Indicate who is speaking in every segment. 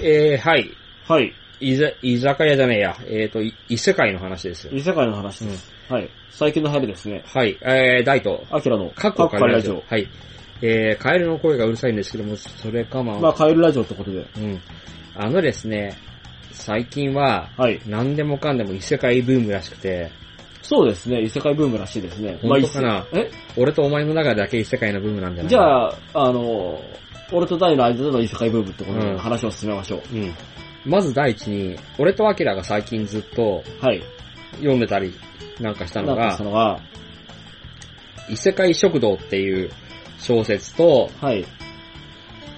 Speaker 1: えー、はい。
Speaker 2: はい。
Speaker 1: いざ、居酒屋じゃねえや。えっ、と、い異世界の話です。
Speaker 2: 異世界の話です。はい。最近の流行りですね。
Speaker 1: はい。えー、大と、
Speaker 2: アキラの
Speaker 1: 過
Speaker 2: カ
Speaker 1: 去カ
Speaker 2: ッコ
Speaker 1: エル
Speaker 2: ラ
Speaker 1: ラ
Speaker 2: ジ
Speaker 1: ジ
Speaker 2: オ
Speaker 1: オ。。はい。えー、カエルの声がうるさいんですけども、それかまあ、
Speaker 2: まあ、カエルラジオってことで。
Speaker 1: うん。あのですね、最近は、
Speaker 2: はい。
Speaker 1: 何でもかんでも異世界ブームらしくて、
Speaker 2: そうですね。異世界ブームらしいですね。
Speaker 1: 本当かな
Speaker 2: まあ異世
Speaker 1: 俺とお前の中だけ異世界のブームなんじゃ
Speaker 2: え
Speaker 1: ない
Speaker 2: じ
Speaker 1: あ、
Speaker 2: ゃあ、あの、俺と大の間での異世界ブームってこと
Speaker 1: う
Speaker 2: で
Speaker 1: ん
Speaker 2: 話を進めましょう。
Speaker 1: うん。まず第一に、俺とアキラが最近ずっと
Speaker 2: はい。
Speaker 1: 読んでたりなんかした
Speaker 2: な
Speaker 1: の
Speaker 2: んか
Speaker 1: が
Speaker 2: そ、のが、
Speaker 1: 異世界食堂っていう小説と、
Speaker 2: はい。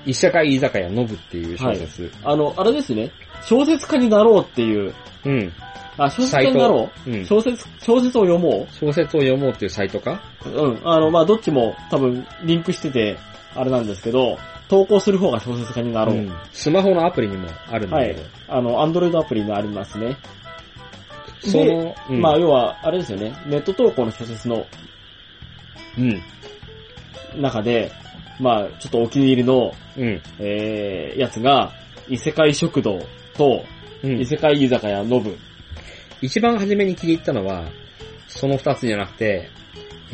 Speaker 1: 異世界居酒屋ノブっていう小説。
Speaker 2: あの、あれですね。小説家になろうっていう、
Speaker 1: うん。
Speaker 2: あ、小説家になろ
Speaker 1: う
Speaker 2: う。
Speaker 1: ん。
Speaker 2: 小説、小説を読もう。
Speaker 1: 小説を読もうっていうサイトか
Speaker 2: うん。あの、まあ、どっちも多分リンクしてて、あれなんですけど、投稿する方が小説家になろう。
Speaker 1: ん。スマホのアプリにもあるんだ
Speaker 2: は
Speaker 1: け
Speaker 2: い
Speaker 1: ど。。
Speaker 2: あの、アンドロイドアプリがありますね。で
Speaker 1: その、うん、
Speaker 2: まあ、要は、あれですよね。ネット投稿の小説の
Speaker 1: うん。
Speaker 2: 中で、まあ、ちょっとお気に入りの、
Speaker 1: うん。
Speaker 2: えー、やつが、異世界食堂と、
Speaker 1: うん
Speaker 2: 異世界居酒屋ノブ。
Speaker 1: 一番初めに気に入ったのは、その二つじゃなくて、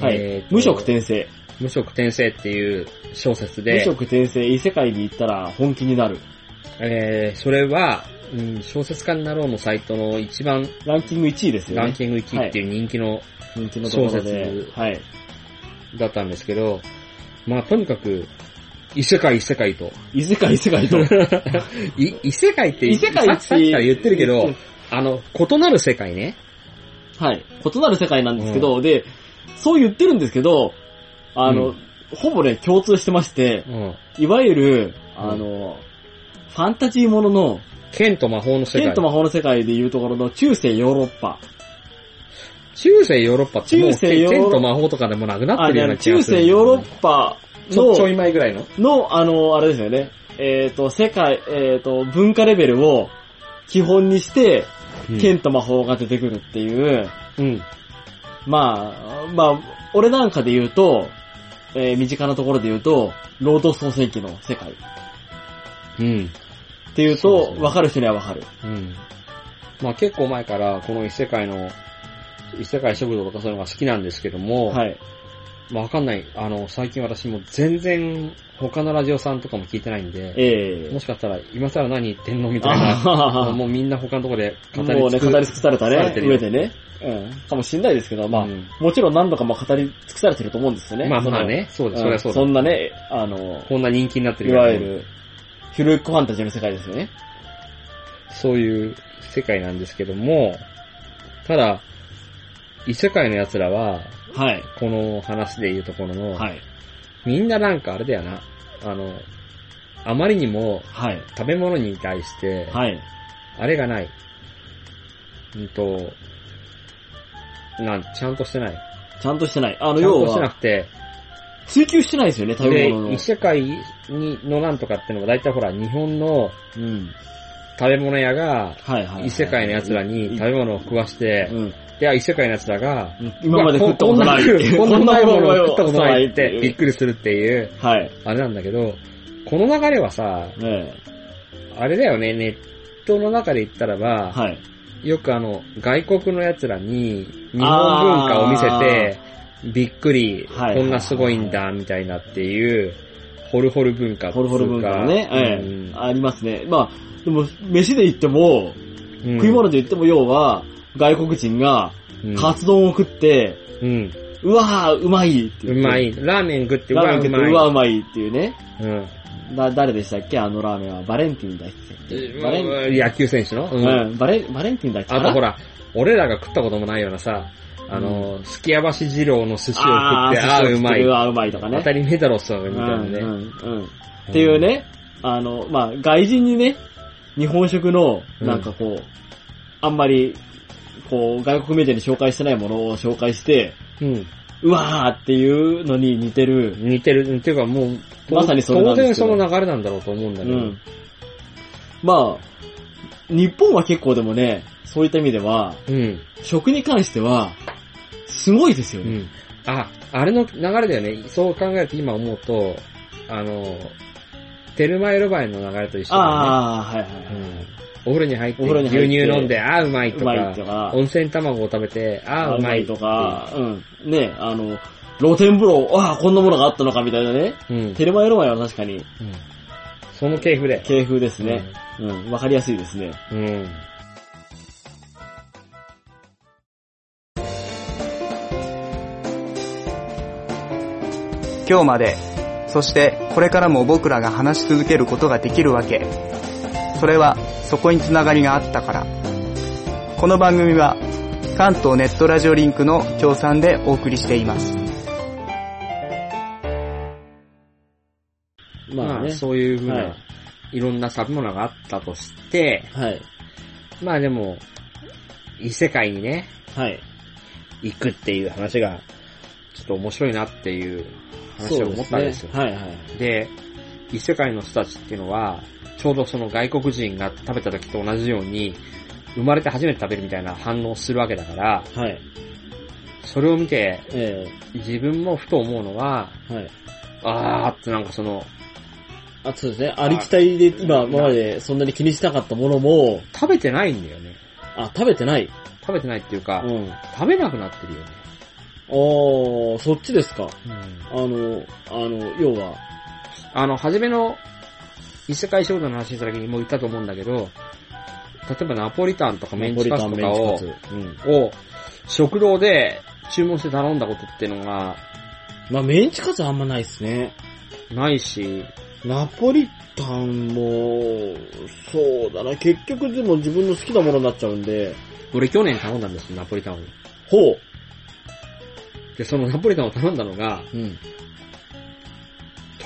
Speaker 2: はい。
Speaker 1: えーと
Speaker 2: 無職転生。
Speaker 1: 無職転生っていう小説
Speaker 2: 無
Speaker 1: で、
Speaker 2: 職転生、異世界に行ったら本気になる。
Speaker 1: えー、それは、うん、小説家になろうのサイトの一番
Speaker 2: ランキング1位ですよ
Speaker 1: ラン
Speaker 2: ね。
Speaker 1: キング1位っていう人気の
Speaker 2: 人気のところ
Speaker 1: 小
Speaker 2: で
Speaker 1: 説。
Speaker 2: はい。
Speaker 1: だったんですけど、まあとにかく、異世界異世界と。
Speaker 2: 異世界異世 界と。
Speaker 1: い異世界って、
Speaker 2: 異世界
Speaker 1: さ
Speaker 2: っ
Speaker 1: っきさっきから言ってるけど、
Speaker 2: て
Speaker 1: あの、異なる世界ね。
Speaker 2: はい。異なる世界なんですけど、で、そう言ってるんですけど、あの、
Speaker 1: う
Speaker 2: ほぼね、共通してまして、
Speaker 1: うん。
Speaker 2: いわゆる、あの、ファンタジーものの、
Speaker 1: 剣と魔法の世界。
Speaker 2: 剣と魔法の世界でいうところの中世ヨーロッパ。
Speaker 1: 中世ヨーロッパってもう
Speaker 2: 中世ヨーロ
Speaker 1: 剣と魔法とかでもなくなっ
Speaker 2: あ、
Speaker 1: てる
Speaker 2: じ
Speaker 1: よ
Speaker 2: ゃ
Speaker 1: う
Speaker 2: あ
Speaker 1: な気が
Speaker 2: 中
Speaker 1: する。
Speaker 2: 世ヨーロッパ
Speaker 1: ちょ、ちょ
Speaker 2: の、
Speaker 1: い前ぐらいの
Speaker 2: の、あの、あれですよね。えっ、と、世界、えっ、と、文化レベルを基本にして、剣と魔法が出てくるっていう、
Speaker 1: うん。
Speaker 2: まあ、まあ、俺なんかで言うと、えー身近なところで言うと、労働創世記の世界っ
Speaker 1: うん。
Speaker 2: ていう
Speaker 1: そう
Speaker 2: と
Speaker 1: で、すね
Speaker 2: わかる人にはわかる。
Speaker 1: うん。まあ結構前から、この異世界の、異世界食堂とかそういうのが好きなんですけども、
Speaker 2: はい。
Speaker 1: まあわかんない。あの、最近私も全然他のラジオさんとかも聞いてないんで、
Speaker 2: ええ
Speaker 1: もしかしたら今更何言ってんのみたいな。
Speaker 2: あ
Speaker 1: もうみんな他のとこで語
Speaker 2: も
Speaker 1: り
Speaker 2: う
Speaker 1: 尽
Speaker 2: ね、語り
Speaker 1: く
Speaker 2: 尽くされた
Speaker 1: され
Speaker 2: ね、
Speaker 1: てるよ
Speaker 2: 上でね。うん。かもしんないですけど、まあ、
Speaker 1: うん
Speaker 2: もちろん何度かも語り尽くされてると思うんですよね。
Speaker 1: まあ
Speaker 2: その
Speaker 1: まあ。ね、そう
Speaker 2: う
Speaker 1: で
Speaker 2: ん
Speaker 1: す、そりゃそうだ
Speaker 2: そんなね、あの、
Speaker 1: こんな人気になってる
Speaker 2: いわゆる、ヒュルックファンタジーの世界ですよね。
Speaker 1: そういう世界なんですけども、ただ、異世界の奴らは、
Speaker 2: はい。
Speaker 1: この話で言うところの、
Speaker 2: はい。
Speaker 1: みんななんかあれだよな、あの、あまりにも
Speaker 2: はい。
Speaker 1: 食べ物に対して、
Speaker 2: はい。
Speaker 1: あれがない。うんと、なん、ちゃんとしてない。
Speaker 2: ちゃんとしてない。あの、
Speaker 1: ちゃん
Speaker 2: 要
Speaker 1: としてな
Speaker 2: は、
Speaker 1: くて、
Speaker 2: 追求してないですよね、食べ
Speaker 1: で
Speaker 2: 物、の
Speaker 1: 異。世界にのなんとかってのは大体ほら、日本の
Speaker 2: うん。
Speaker 1: 食べ物屋が、
Speaker 2: はいはい。
Speaker 1: 異世界の奴らに食べ物を食わして、
Speaker 2: うん。
Speaker 1: いや、異世界の奴らが、
Speaker 2: 今まで食ったことない。
Speaker 1: こんなこんなものを食ったことないっ
Speaker 2: こんな
Speaker 1: て
Speaker 2: ものを
Speaker 1: びっくりするっていう、
Speaker 2: はい。
Speaker 1: あれなんだけど、この流れはさ、
Speaker 2: ねえ
Speaker 1: あれだよね、ネットの中で言ったらば、
Speaker 2: はい。
Speaker 1: よくあの、外国の奴らに日本文化を見せて、びっくり、
Speaker 2: はい
Speaker 1: こんなすごいんだ、みたいなっていう、ホルホル文化ってい
Speaker 2: ホル
Speaker 1: うか
Speaker 2: ホル文化のね、ええ
Speaker 1: うん
Speaker 2: ありますね。まあ、でも、飯で言っても、
Speaker 1: うん
Speaker 2: 食い物で言っても要は、外国人が、
Speaker 1: うん
Speaker 2: カツ丼を食って、
Speaker 1: うん。
Speaker 2: うわー、うまいって
Speaker 1: う
Speaker 2: 言って。
Speaker 1: まい。ラーメン食って、うわ、
Speaker 2: ラーメ
Speaker 1: う
Speaker 2: ン食っ
Speaker 1: ま
Speaker 2: て。
Speaker 1: い。
Speaker 2: うわ、うまいっていうね。
Speaker 1: うん。
Speaker 2: だ、誰でしたっけあのラーメンは。バレンティンだっけバレン、
Speaker 1: 野球選手の、うん
Speaker 2: うん、バレン、バレンティンだっけ
Speaker 1: あとほ
Speaker 2: ら、
Speaker 1: ら、俺らが食ったこともないようなさ、あの、すきやばし二郎の寿司を食って、
Speaker 2: あー
Speaker 1: ああ、
Speaker 2: 寿司を
Speaker 1: う
Speaker 2: 食っ
Speaker 1: ま
Speaker 2: て
Speaker 1: い。
Speaker 2: うわ、うまいとかね。
Speaker 1: 当たりメダロスだみ
Speaker 2: う
Speaker 1: た
Speaker 2: ん
Speaker 1: いなね。
Speaker 2: うん、うん。っていうね、あの、まあ、外人にね、日本食の、なんかこう、あんまり、こう、外国メディアに紹介してないものを紹介して、
Speaker 1: うん。
Speaker 2: うわーっていうのに似てる。
Speaker 1: 似てる、っていうかもう、
Speaker 2: まさにそれな
Speaker 1: 当
Speaker 2: んで
Speaker 1: 然
Speaker 2: すよ
Speaker 1: その流れなんだろうと思うん
Speaker 2: う
Speaker 1: だけど。
Speaker 2: ん。まあ、日本は結構でもね、そういった意味では、
Speaker 1: うん。
Speaker 2: 食に関しては、すごいですよ
Speaker 1: う
Speaker 2: ね。
Speaker 1: ん。あ、あれの流れだよね。そう考えて今思うと、あの、テルマエロバイの流れと一緒だ
Speaker 2: ああ、はいはい
Speaker 1: ね。
Speaker 2: は
Speaker 1: う
Speaker 2: い。
Speaker 1: んお風呂に入って
Speaker 2: お風呂に
Speaker 1: 牛
Speaker 2: 入って
Speaker 1: 乳飲んで、ああ、うまいと
Speaker 2: うまいと
Speaker 1: か
Speaker 2: か、
Speaker 1: 温泉卵を食べて、ああ、うまい
Speaker 2: と。か、うん。ね、あの、露天風呂、ああ、こんなものがあったのかみたいなね。
Speaker 1: うん。うん
Speaker 2: テレマエロマエは確かに、
Speaker 1: その系譜で。
Speaker 2: 系風ですね。うん、わかりやすいですね。
Speaker 1: うん。
Speaker 3: 今日まで、そしてこれからも僕らが話し続けることができるわけ。それはそこにつながりがあったから。この番組は関東ネットラジオリンクの協賛でお送りしています。
Speaker 1: ま
Speaker 2: ま
Speaker 1: あ、
Speaker 2: あね。
Speaker 1: そういうふうな、
Speaker 2: はい
Speaker 1: い、ろんな食べ物があったとして、
Speaker 2: はい。
Speaker 1: まあでも、異世界にね、
Speaker 2: はい。
Speaker 1: 行くっていう話が、ちょっと面白いなっていう話を思ったんですよ。
Speaker 2: はいはい。
Speaker 1: で異世界の人たちっていうのは、ちょうどその外国人が食べた時と同じように、生まれて初めて食べるみたいな反応をするわけだから、
Speaker 2: はい。
Speaker 1: それを見て、
Speaker 2: え
Speaker 1: 自分もふと思うのは、
Speaker 2: えはい。
Speaker 1: あーってなんかその、
Speaker 2: あ、そうですね。ありきたりで、今、今までそんなに気にしなかったものも、
Speaker 1: 食べてないんだよね。
Speaker 2: あ、食べてない。
Speaker 1: 食べてないっていうか、
Speaker 2: うん。
Speaker 1: 食べなくなってるよね。
Speaker 2: おー、そっちですか。
Speaker 1: うん
Speaker 2: あの、あの、要は、
Speaker 1: あの、初めの異世界衝動の話した時にも言ったと思うんだけど、例えばナポリタンとかメンチカツとか
Speaker 2: ナポ
Speaker 1: を
Speaker 2: リ、タンメンチカツ。
Speaker 1: を食堂で注文して頼んだことっていうのが
Speaker 2: うん。まあ、メンチカツあんまないですね。
Speaker 1: ないし、
Speaker 2: ナポリタンも、そうだな。結局でも自分の好きなものになっちゃうんで、
Speaker 1: 俺去年頼んだんですよ、ナポリタンを。
Speaker 2: ほう。
Speaker 1: で、そのナポリタンを頼んだのが、
Speaker 2: うん。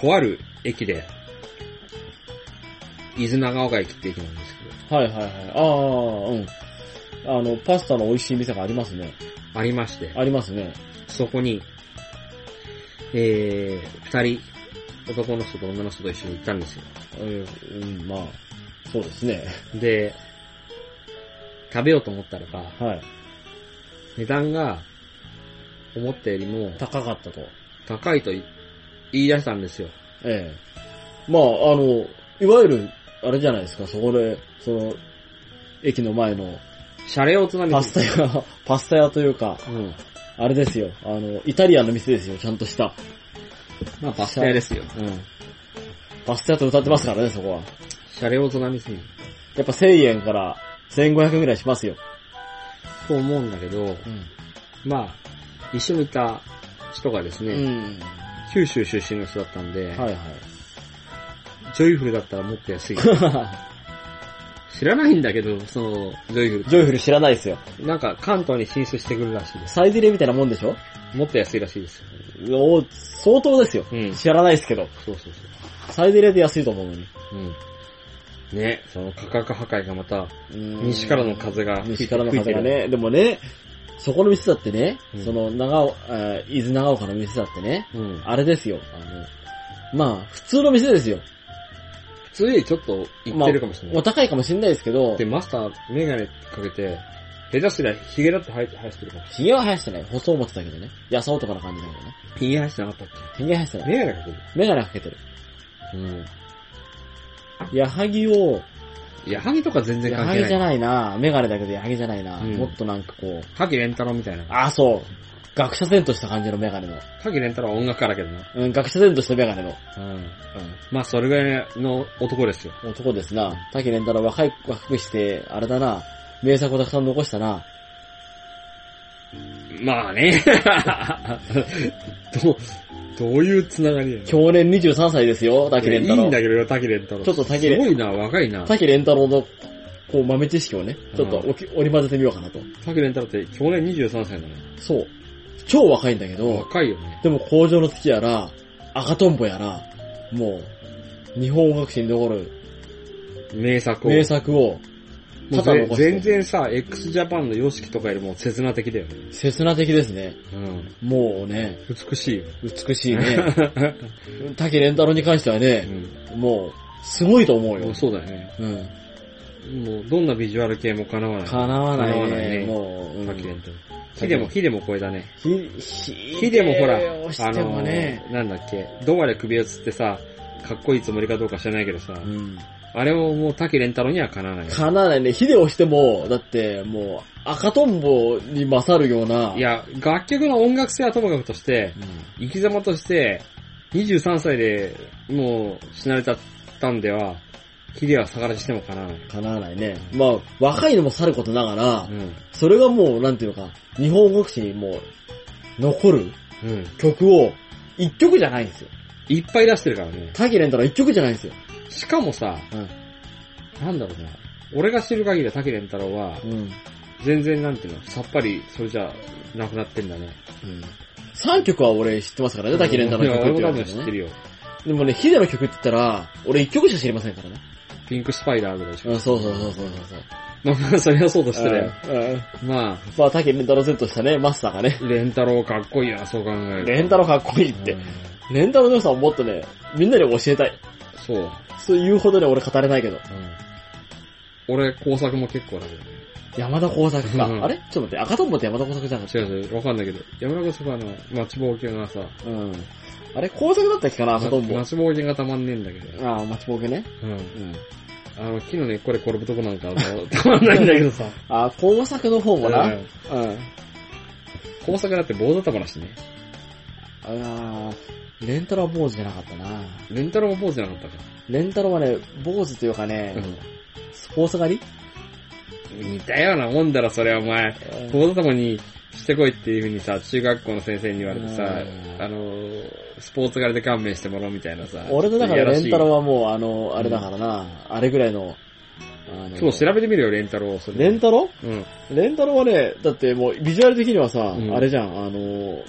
Speaker 1: とある駅で、伊豆長岡駅って駅なんですけ
Speaker 2: はいはいはい。ああ、うん。あの、パスタの美味しい店がありますね。
Speaker 1: ど、ありまして、
Speaker 2: ありますね。
Speaker 1: そこに、えー、二人、男の人と女の人と一緒に行ったんですよ。
Speaker 2: えーうん、まあ、そうですね。
Speaker 1: で、食べようと思ったらば、
Speaker 2: はい。
Speaker 1: 値段が思ったよりも
Speaker 2: 高かったと。
Speaker 1: 高いと言い出したんですよ。
Speaker 2: ええまあ、あの、いわゆる、あれじゃないですか、そこで、その、駅の前の
Speaker 1: シャレオツな
Speaker 2: パ
Speaker 1: 店
Speaker 2: スタ屋、 パスタ屋というか、
Speaker 1: うん。
Speaker 2: あれですよ、あの、イタリアンの店ですよ、ちゃんとした。
Speaker 1: まあパスタ屋ですよ。
Speaker 2: うん。パスタ屋と歌ってますからね、そこは。
Speaker 1: シャレオツな店に。
Speaker 2: やっぱ1000円から1500円ぐらいしますよ。
Speaker 1: と思うんだけど、
Speaker 2: うん。
Speaker 1: まあ、一緒にいた人がですね、
Speaker 2: うん。
Speaker 1: 九州出身の人だったんで、
Speaker 2: はい
Speaker 1: ジョイフルだったらもっと安い。
Speaker 2: は
Speaker 1: 知らないんだけど、その、ジョイフ
Speaker 2: い。ジョイフル知らないですよ。
Speaker 1: ル。なんか関東に進出してくるらしいです。
Speaker 2: サイディレみたいなもんでしょ
Speaker 1: もっと安いらしいですよ。
Speaker 2: お相当ですよ。
Speaker 1: うん
Speaker 2: 知らないですけど。
Speaker 1: そうそうそう。
Speaker 2: サイディレで安いと思うのに。
Speaker 1: うん。ね、その価格破壊がまた、
Speaker 2: うん
Speaker 1: 西からの風が吹いて
Speaker 2: 西からの風が。ね。でもね、そこの店だってね、
Speaker 1: うん
Speaker 2: その長尾、えー伊豆長岡の店だってね、
Speaker 1: 吹いてるうん。
Speaker 2: あれですよ、あの、まあ、普通の店ですよ。
Speaker 1: 普通よりちょっと行ってるかもしれない。
Speaker 2: お高いかもしれないですけど
Speaker 1: で、、マスター、メガネかけて、下手すりゃヒゲだって生えて生やしてるかもし
Speaker 2: 髭は生やしてない。細持ってたけどね。野草とかな感じだけどね。
Speaker 1: れない。ヒゲ生やしてなかったっ
Speaker 2: 髭生やして
Speaker 1: け
Speaker 2: ない。
Speaker 1: メガネかけてる。
Speaker 2: メガネかけてる。
Speaker 1: うん。
Speaker 2: 矢作を、
Speaker 1: 矢作とか全然
Speaker 2: 矢
Speaker 1: 関係
Speaker 2: 作じゃ
Speaker 1: ない。
Speaker 2: ないなメガネだけど矢作じゃないな、
Speaker 1: うん
Speaker 2: もっとなんかこう、
Speaker 1: 萩蓮太郎みたいな。
Speaker 2: あ、そう。学者然とした感じのメガネの。
Speaker 1: 萩蓮太郎は音楽家だけどな。
Speaker 2: うん、学者然としたメガネの。
Speaker 1: うん。まあ、それぐらいの男ですよ。
Speaker 2: うん、男ですな。滝連太郎若い、若くして、あれだな。名作をたくさん残したな。
Speaker 1: まあね。どう、どういうつながりだよ。
Speaker 2: 去年23歳ですよ、滝連太
Speaker 1: いいん
Speaker 2: 郎。
Speaker 1: だけどよ、滝蓮太郎。
Speaker 2: ちょっと滝
Speaker 1: すご
Speaker 2: 連、
Speaker 1: いな、若いな。
Speaker 2: 滝連太郎の、こう豆知識をね、ちょっと
Speaker 1: うん
Speaker 2: おき織り混ぜてみようかなと。
Speaker 1: 滝蓮太郎って去年23歳だね。
Speaker 2: そう。超若いんだけど、
Speaker 1: 若いよね。
Speaker 2: でも工場の月やら、赤とんぼやら、もう、日本音楽史に残る
Speaker 1: 名作を。
Speaker 2: 名作を、
Speaker 1: もう
Speaker 2: ただ
Speaker 1: ぜ
Speaker 2: 残
Speaker 1: 全
Speaker 2: して、
Speaker 1: 然さ、x ジャパンの YOSHIKI とかよりも刹那的だよね。
Speaker 2: 切な的ですね。
Speaker 1: うん。
Speaker 2: もうね、
Speaker 1: 美しい よ。
Speaker 2: 美しいね。滝連太郎に関しては
Speaker 1: う
Speaker 2: ね、
Speaker 1: ん。
Speaker 2: もう、すごいと思
Speaker 1: も
Speaker 2: うよ
Speaker 1: う。そうだよね。
Speaker 2: うん。
Speaker 1: もうどんなビジュアル系も叶わない。
Speaker 2: 叶わないね。
Speaker 1: 叶わないね
Speaker 2: もう、うん
Speaker 1: 滝蓮太郎。ヒデも、ヒデも超えたね。
Speaker 2: ひ、ひ
Speaker 1: ヒデもほら、あ
Speaker 2: をしてもね、
Speaker 1: の、なんだっけ、どこまで首をつってさ、かっこいいつもりかどうか知らないけどさ、
Speaker 2: うん。
Speaker 1: あれももう滝蓮太郎にはかなわないよ。
Speaker 2: かなわないね。ヒデをしても、だって、もう、赤とんぼに勝るような。
Speaker 1: い、や、楽曲の音楽性はともかくとして、生き様として、23歳でもう死なれちゃったんでは、ヒデは逆らいしてもかなわない。
Speaker 2: かなわないね。まあ、若いのもさることながら、
Speaker 1: うん。
Speaker 2: それがもう、なんていうのか、日本国史にもう、残る
Speaker 1: うん。
Speaker 2: 曲を、一曲じゃないんですよ。
Speaker 1: いっぱい出してるからね。
Speaker 2: 滝蓮太郎一曲じゃないんですよ。
Speaker 1: しかもさ、なんだろうな。俺が知る限りは滝蓮太郎は、
Speaker 2: うん。うん。
Speaker 1: 全然なんていうの、さっぱり、それじゃ、なくなってんだね。
Speaker 2: 3曲は俺知ってますからね、滝蓮太郎の
Speaker 1: いや俺
Speaker 2: 曲って
Speaker 1: も多
Speaker 2: いうの
Speaker 1: 分
Speaker 2: は
Speaker 1: 知って
Speaker 2: ね。
Speaker 1: るよ。
Speaker 2: でもね、ヒデの曲って言ったら、俺一曲しか知りませんからね。
Speaker 1: ピンクスパイダーぐらいでしょ。
Speaker 2: うん、そうそうそうそうそうそう。
Speaker 1: まあまあ、それはそうとしてだよ。
Speaker 2: うんうん
Speaker 1: まあ、
Speaker 2: まあ、滝蓮太郎セットしたね、マスターがね。
Speaker 1: レンタロウかっこいいな、そう考えると。
Speaker 2: レンタロかっこいいって
Speaker 1: うん。
Speaker 2: レンタロの良さをもっとね、みんなに教えたい。
Speaker 1: そう。うん
Speaker 2: そういうほどね、俺語れないけど。
Speaker 1: 俺、工作も結構だけどね。
Speaker 2: 山田耕作か。
Speaker 1: うん
Speaker 2: あれちょっと待って、赤とんぼって山田耕作じゃなかっ
Speaker 1: 違う違う、わかんないけど。山中さんあの、マッチボー犬がさ、
Speaker 2: たうん。あれ耕作だったっけかな、赤とんぼ。
Speaker 1: マ
Speaker 2: あ
Speaker 1: ッチボー犬がたまんねえんだけど。
Speaker 2: あ、マチボケね。
Speaker 1: うん。
Speaker 2: うん。
Speaker 1: あの、木の根っこで転ぶとこなんか、あのたまん ないんだけどさ。
Speaker 2: ああ、耕作の方もな。うん。
Speaker 1: ん。工作だって坊主頭だしね。
Speaker 2: ああ、レンタロは坊主じゃなかったな。
Speaker 1: レンタロウも坊主じゃなかったか。
Speaker 2: レンタロはね、坊主というかね、スポーツ狩り
Speaker 1: うん。似たようなもんだろ、それはお前。坊主頭にしてこいっていう風にさ、中学校の先生に言われてさ、
Speaker 2: うん
Speaker 1: あのー、スポーツ狩りで勘弁してもらおうみたいなさ。
Speaker 2: 俺の中でレンタロ
Speaker 1: は。
Speaker 2: はもう、あの、あれだからな、あれぐらいの、あの
Speaker 1: そう、調べてみるよ、レンタロウ。それ
Speaker 2: レンタロ
Speaker 1: うん。
Speaker 2: レンタロはね、だってもうビジュアル的にはさ、
Speaker 1: うん
Speaker 2: あれじゃん、あのー、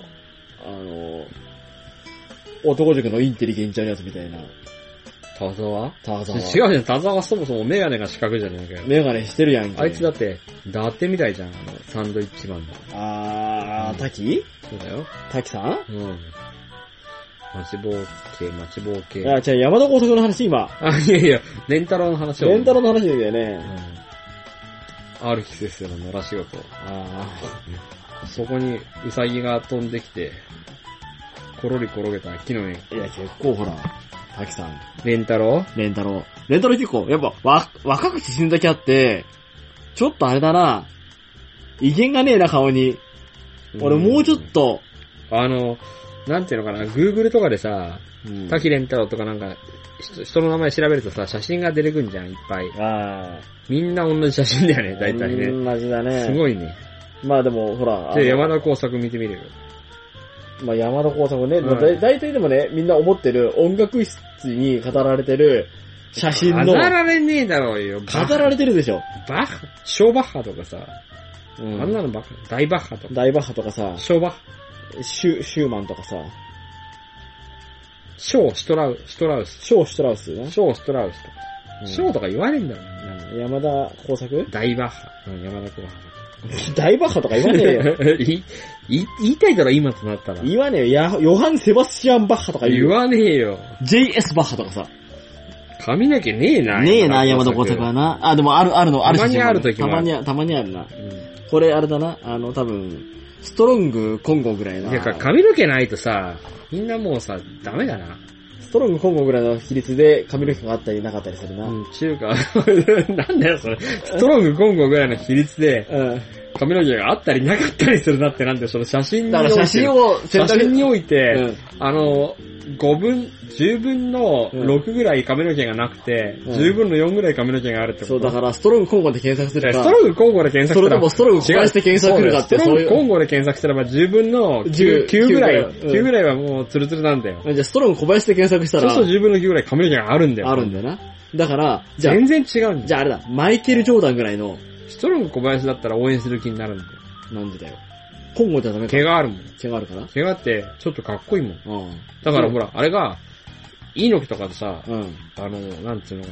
Speaker 2: あのー、男塾のインテリゲンチャーのやつみたいな、
Speaker 1: 田沢
Speaker 2: ターザン
Speaker 1: 違う
Speaker 2: は。
Speaker 1: じゃん、田沢はそもそもメガネが四角じゃねえかよ。
Speaker 2: メガネしてるやんけ。
Speaker 1: あいつだって、だってみたいじゃん、あの、サンドイッチマンの。
Speaker 2: あー、滝
Speaker 1: そうだよ。
Speaker 2: 滝さん
Speaker 1: うん。待ちぼうけ、待ちぼうけ。
Speaker 2: あ、違う、山田高速の話今。
Speaker 1: あ、いやいや、レンタロウの話を。
Speaker 2: レンタロの話だよ
Speaker 1: う
Speaker 2: ね。
Speaker 1: ん。ある季節の野良仕事。
Speaker 2: あ
Speaker 1: そこにウサギが飛んできて、コロリ転げた木の根。
Speaker 2: ー、いや結構ほら、滝さん、
Speaker 1: レンタロ
Speaker 2: レンタロレンタロ結構、やっぱ、わ、若くて死ぬだけあって、ちょっとあれだな、威厳がねえな顔に。俺もうちょっ。と、
Speaker 1: あの、なんていうのかな、Google とかでさ、
Speaker 2: うん
Speaker 1: 滝レンタロとかなんか、人人の名前調べるとさ、写真が出てくんじゃん、いっぱい。
Speaker 2: ああ。
Speaker 1: みんな同じ写真だよね、大体ね。
Speaker 2: 同じだね。
Speaker 1: すごいね。
Speaker 2: まあでも、ほら。あの
Speaker 1: で、山田耕作見てみるよ。
Speaker 2: まあ山田耕作もね、
Speaker 1: うん
Speaker 2: だい大体でもね、みんな思ってる音楽室に語られてる写真の、
Speaker 1: 飾られねえだろうよ。バッ
Speaker 2: 語られてるでしょ。
Speaker 1: バッハ、ショーバッハとかさ、あ
Speaker 2: う
Speaker 1: んなのばっか、大バッハとか、
Speaker 2: 大バッハとかさ、
Speaker 1: ショーバッハ、
Speaker 2: シュシューマンとかさ、
Speaker 1: ショー、シュトラウ、シュトラウス、
Speaker 2: ショー・シュトラウスね。
Speaker 1: ショー、シュトラウスとか、ショーとか言わねえんだもんな。
Speaker 2: うん山田耕作
Speaker 1: 大バッハ。うん、山田君は。
Speaker 2: 大バッハとか言わねえ よ。
Speaker 1: いい言いたいだろ、今となったら。
Speaker 2: 言わねえよ。やヨハン・セバスチアン・バッハとか言
Speaker 1: 言
Speaker 2: う。
Speaker 1: わねえよ。
Speaker 2: JS バッハとかさ。
Speaker 1: 髪の毛ねえな。
Speaker 2: ねえな、山田耕作はな。あ、でもある、あるの、ある
Speaker 1: たまにある時
Speaker 2: た
Speaker 1: もあ
Speaker 2: ま
Speaker 1: る
Speaker 2: にあ、たまにあるな。
Speaker 1: うん。
Speaker 2: これあれだな、あの、多分、ストロング、コンゴぐらいな。
Speaker 1: てか、髪の毛ないとさ、みんなもうさ、ダメだな。
Speaker 2: ストロング、コンゴぐらいの比率で髪の毛があったりなかったりするな。うん。
Speaker 1: うん、中華、 なんだよ、それ。ストロング、コンゴぐらいの比率で、髪の毛があったりなかったりするなってなんで、その写真に
Speaker 2: だ
Speaker 1: お
Speaker 2: か
Speaker 1: い
Speaker 2: ら
Speaker 1: て。
Speaker 2: 写真を
Speaker 1: 写真において、
Speaker 2: うん
Speaker 1: あの、5分、10分の6ぐらい髪の毛がなくて、
Speaker 2: うん
Speaker 1: 10分の4ぐらい髪の毛があるってこと。
Speaker 2: そう、だからストロング、コンゴで検索す
Speaker 1: いや
Speaker 2: る
Speaker 1: ス
Speaker 2: か
Speaker 1: ト、ロングコンゴで検索
Speaker 2: そ
Speaker 1: した
Speaker 2: れと
Speaker 1: ら
Speaker 2: も、ストロング、小林で検索するかって、
Speaker 1: そ
Speaker 2: そうう
Speaker 1: だ
Speaker 2: い
Speaker 1: よストロングコ
Speaker 2: う。
Speaker 1: ンゴで検索したらば10分の
Speaker 2: 10
Speaker 1: 9, 9ぐらい、
Speaker 2: うん
Speaker 1: 9ぐらいはもうツルツルなんだよ。
Speaker 2: じゃあストロング、小林で検索した
Speaker 1: そう
Speaker 2: ら
Speaker 1: する、と10分の9ぐらい髪の毛があるんだよ。
Speaker 2: あるんだよな。だから、じゃあ、
Speaker 1: 全然違うん
Speaker 2: じ
Speaker 1: だよ。
Speaker 2: ゃああれだ、マイケル・ジョーダンぐらいの、
Speaker 1: ストロング小林だったら応援する気になるんだよ。
Speaker 2: なんでだよ。コンゴじゃダメか
Speaker 1: 毛。があるもん。
Speaker 2: 毛があるかな
Speaker 1: 毛があって、ちょっとかっこいいもん。
Speaker 2: うん。
Speaker 1: だからほら、あれが、猪木とかでさ、
Speaker 2: うん。
Speaker 1: あの、なんつうのか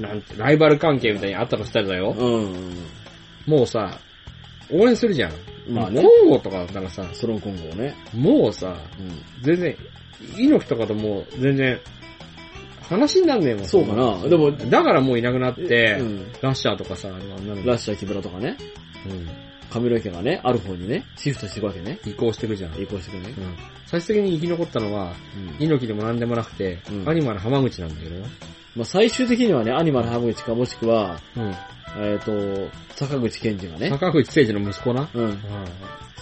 Speaker 1: な、なんて、ライバル関係みたいにあったとしたらだよ。
Speaker 2: うん。
Speaker 1: もうさ、応援するじゃん。
Speaker 2: まあね
Speaker 1: コ、ンゴとかだからさ、
Speaker 2: ストロング、コンゴをね。
Speaker 1: もうさ、
Speaker 2: うん。
Speaker 1: 全然、猪木とかともう全然、話になんねえもん。
Speaker 2: そうかな。でも、
Speaker 1: だからもういなくなって、
Speaker 2: うん
Speaker 1: ラッシャーとかさ、あの、なんだ
Speaker 2: ラッシャー木村とかね。
Speaker 1: うん
Speaker 2: 髪の毛がね、ある方にね、シフトしていくわけね。
Speaker 1: 移行していくじゃん。うん。
Speaker 2: 移行していくね。
Speaker 1: 最終的に生き残ったのは、
Speaker 2: うん。
Speaker 1: 猪木でも何でもなくて、
Speaker 2: うん
Speaker 1: アニマル浜口なんだけどよ。
Speaker 2: まあ、最終的にはね、アニマル浜口かもしくは、
Speaker 1: うん。
Speaker 2: えっ、と、坂口健二がね、
Speaker 1: 坂口誠二の息子な。
Speaker 2: うん。
Speaker 1: う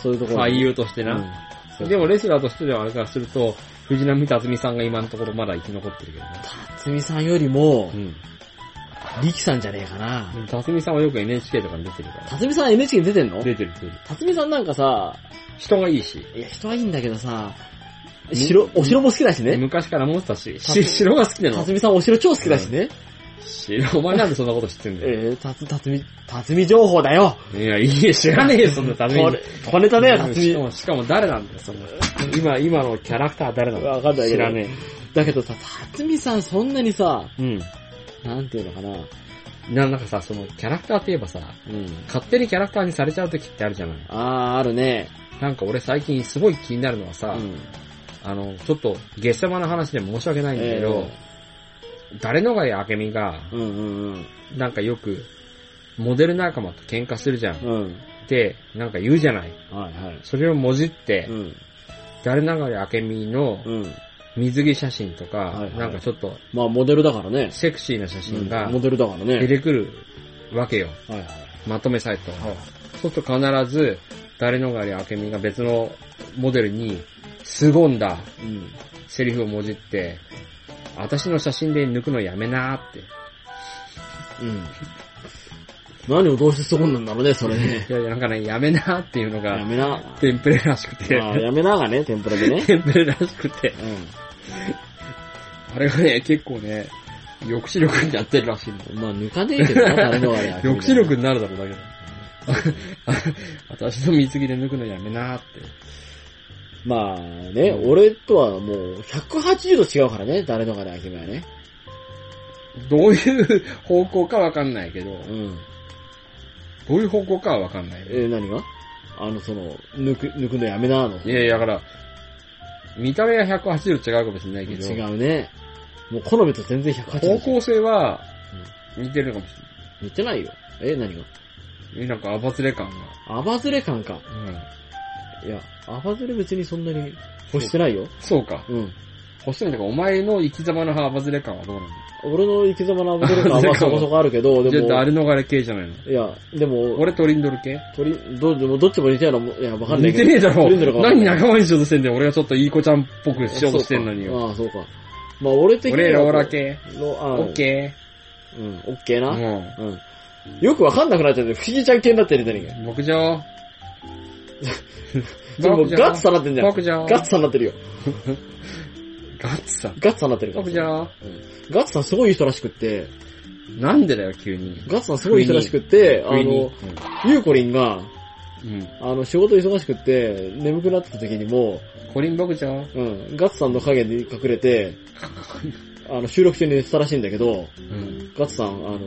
Speaker 2: そういうとこ
Speaker 1: ん。
Speaker 2: ろ
Speaker 1: 俳
Speaker 2: に。
Speaker 1: 優として
Speaker 2: う
Speaker 1: な。
Speaker 2: んそう
Speaker 1: でも、レスラーとしてではあれからすると、藤波辰巳さんが今のところまだ生き残ってるけどね。
Speaker 2: つみさんよりも
Speaker 1: う、ん。
Speaker 2: 力さんじゃねえかな。
Speaker 1: 辰巳さんはよく NHK とかに出てるか
Speaker 2: たつみさん NHK に出てんの
Speaker 1: ら。出てる出てる。
Speaker 2: たつみさんなんかさ、
Speaker 1: 人がいいし。
Speaker 2: いや、人はいいんだけどさ、
Speaker 1: うん
Speaker 2: 城、お城も好きだしね。
Speaker 1: 昔から思ってたし、
Speaker 2: 辰
Speaker 1: し城が好きな
Speaker 2: た
Speaker 1: の
Speaker 2: つ。みさんお城超好きだしね。
Speaker 1: 城、お前なんでそんなこと知ってんだよ。
Speaker 2: えー、たつ、たつみ、たつみ情報だよ。
Speaker 1: いや、いいえ、知らねえよ、そんな辰巳。
Speaker 2: これ、小ネタだよ、たつ
Speaker 1: し
Speaker 2: み
Speaker 1: か。も、しかも誰なんだよ、その。今、今のキャラクターは誰なの
Speaker 2: わかんない
Speaker 1: 知
Speaker 2: けど
Speaker 1: らね
Speaker 2: だけどさ、たつみさんそんなにさ、
Speaker 1: え。うん。
Speaker 2: なんていうのかな。
Speaker 1: ななんかさ、その、キャラクターって言えばさ、
Speaker 2: うん。
Speaker 1: 勝手にキャラクターにされちゃう時ってあるじゃない。
Speaker 2: あー、あるね。
Speaker 1: なんか俺最近すごい気になるのはさ、
Speaker 2: うん。
Speaker 1: あの、ちょっと、下世話な話で申し訳ないんだけ
Speaker 2: え
Speaker 1: ど、誰のがや明美が、
Speaker 2: ーうんうんうん。
Speaker 1: なんかよく、モデル仲間と喧嘩するじゃん。っ
Speaker 2: うん。
Speaker 1: て、なんか言うじゃない。
Speaker 2: はいはい。
Speaker 1: それをもじって、
Speaker 2: うん。
Speaker 1: 誰ながら明美の
Speaker 2: うん。
Speaker 1: 水着写真とか、
Speaker 2: はいはい
Speaker 1: なんかちょっと
Speaker 2: まあ、モデルだからね。
Speaker 1: セクシーな写真が
Speaker 2: うんモデルだからね。
Speaker 1: 出てくるわけよ。
Speaker 2: はいはい。
Speaker 1: まとめサイト。
Speaker 2: はい
Speaker 1: そうすると必ず、誰のがり明美が別のモデルに凄んだ
Speaker 2: うん。
Speaker 1: セリフをもじって、私の写真で抜くのやめなーって。
Speaker 2: うん。何をどうしてそこなんだろうね、それね。
Speaker 1: いやいや、なんかね、やめなーっていうの
Speaker 2: や
Speaker 1: が、
Speaker 2: めな。
Speaker 1: テンプレらしく
Speaker 2: まあ、
Speaker 1: て、
Speaker 2: やめながね、天ぷらでね。
Speaker 1: テンプレらしくて、
Speaker 2: う
Speaker 1: あれがね、結構ね、抑止力になってるらしいの。
Speaker 2: ん。まあ、抜かねえけど な、誰のあれ。
Speaker 1: 抑止力になるだろうだけど。私の水着で抜くのやめなーって。
Speaker 2: まあね、俺とはもう180度違うからね、誰のかで、アキメはね。
Speaker 1: どういう方向かわかんないけど、
Speaker 2: うん。
Speaker 1: どういう方向かはわかんないけど。
Speaker 2: え、何があの、その、抜く、抜くのやめなの。
Speaker 1: いやいや、だから、見た目は180度違うかもしれないけど、
Speaker 2: 違うね。もう好みと全然180
Speaker 1: 方
Speaker 2: 度。
Speaker 1: 向性は似てるのかもし
Speaker 2: 似てないよ。え、何が
Speaker 1: れない。なんか、アバズレ感が。
Speaker 2: アバズレ感か。
Speaker 1: うん。
Speaker 2: いや、アバズレ別にそんなに欲してないよ。
Speaker 1: そうか。
Speaker 2: うん。
Speaker 1: ほしいんだから、お前の生き様のアバズレ感はどうなの
Speaker 2: 俺の生き様のアバズレ感はまあそこそこあるけど、
Speaker 1: ち
Speaker 2: で
Speaker 1: ょっ
Speaker 2: も
Speaker 1: と、あれ逃れ系じゃないの。
Speaker 2: いや、でも、
Speaker 1: 俺トリンドル系
Speaker 2: 鳥、どう、でもどっちも似てないのも、いや、わかんない
Speaker 1: 似
Speaker 2: け
Speaker 1: てね
Speaker 2: ど。
Speaker 1: えだろ
Speaker 2: トリンドルかわかん
Speaker 1: 何
Speaker 2: ない
Speaker 1: 仲間にしようとしてんだよ。俺がちょっといい子ちゃんっぽくしようとしてんのによ。
Speaker 2: ああ、そうか。まあ、俺的には。
Speaker 1: 俺、ローラ系。
Speaker 2: のああ
Speaker 1: オッケ
Speaker 2: ー。うん、オッケー
Speaker 1: ー。
Speaker 2: な。
Speaker 1: も
Speaker 2: うん。よくわかんなくなっちゃって、不思議ちゃん系になってるじゃねえか
Speaker 1: う、 牧場。
Speaker 2: よ。もうガッツさなってんじゃん。
Speaker 1: 牧場。
Speaker 2: ガッツさなってるよ。
Speaker 1: ガッツさん。
Speaker 2: ガッツさなってるから
Speaker 1: 牧。場。
Speaker 2: ガッツさんすごいいい人らしくって、
Speaker 1: なんでだよ、急に。
Speaker 2: ガッツさんすごいいい人らしくって、あ
Speaker 1: 急に
Speaker 2: の、ゆうこりんが、
Speaker 1: うん。
Speaker 2: あの、仕事忙しくって、眠くなってた時にも、
Speaker 1: コリン牧場。
Speaker 2: うん、ガッツさんの影に隠 れて、あの、収録中に寝てたらしいんだけど、
Speaker 1: うん。
Speaker 2: ガッツさん、あの、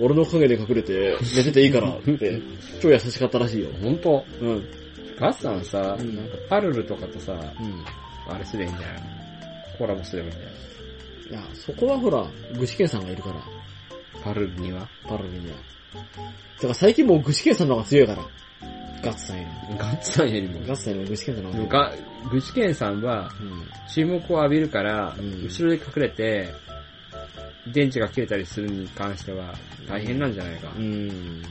Speaker 2: 俺の影で隠れて寝てていいからって、超優しかったらしいよ。
Speaker 1: ほんと。
Speaker 2: うん。う
Speaker 1: ガッツさんさ、なんか
Speaker 2: ん
Speaker 1: パルルとかとさ、
Speaker 2: ん。
Speaker 1: あれすればいいんじゃないコラボすればいいんじゃない
Speaker 2: いや、そこはほら、具志堅さんがいるから、
Speaker 1: パルルには。
Speaker 2: パラレルには。だから最近もう具志堅さんの方が強いから、ガッツさんよ
Speaker 1: ガッツさんよりも
Speaker 2: り。。ガッツさんよりも具志堅さんの方が強い。
Speaker 1: が、具志堅さんは
Speaker 2: うん。
Speaker 1: 注目を浴びるから、
Speaker 2: うん
Speaker 1: 後ろで隠れて、電池が切れたりするに関しては大変なんじゃないか。
Speaker 2: うん。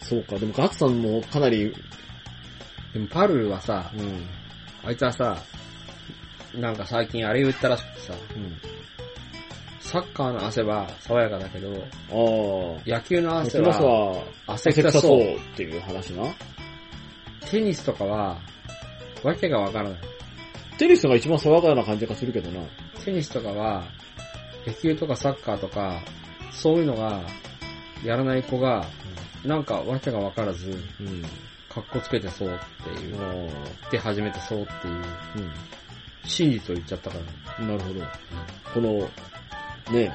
Speaker 2: そうか、でもガッツさんもかなり、
Speaker 1: でもパルルはさ
Speaker 2: う、ん。
Speaker 1: あいつはさ、なんか最近あれ言ったらしくてさ、
Speaker 2: うん。
Speaker 1: サッカーの汗は爽やかだけど、
Speaker 2: あ
Speaker 1: 野球の
Speaker 2: あ。
Speaker 1: 汗
Speaker 2: その人
Speaker 1: は
Speaker 2: は、
Speaker 1: 汗
Speaker 2: セク
Speaker 1: 臭
Speaker 2: サ
Speaker 1: そ
Speaker 2: そう
Speaker 1: う。
Speaker 2: っていう話な。
Speaker 1: テニスとかは、わけがわからない。
Speaker 2: テニスが一番爽やかな感じがするけどな。
Speaker 1: テニスとかは、野球とかサッカーとか、そういうのが、やらない子が、なんかわけがわからず、
Speaker 2: うん。
Speaker 1: かっこつけてそうっていう、
Speaker 2: あ
Speaker 1: で始めてそうっていう、
Speaker 2: あ。うん。
Speaker 1: 真実を言っちゃったから。
Speaker 2: なるほど。この、ね、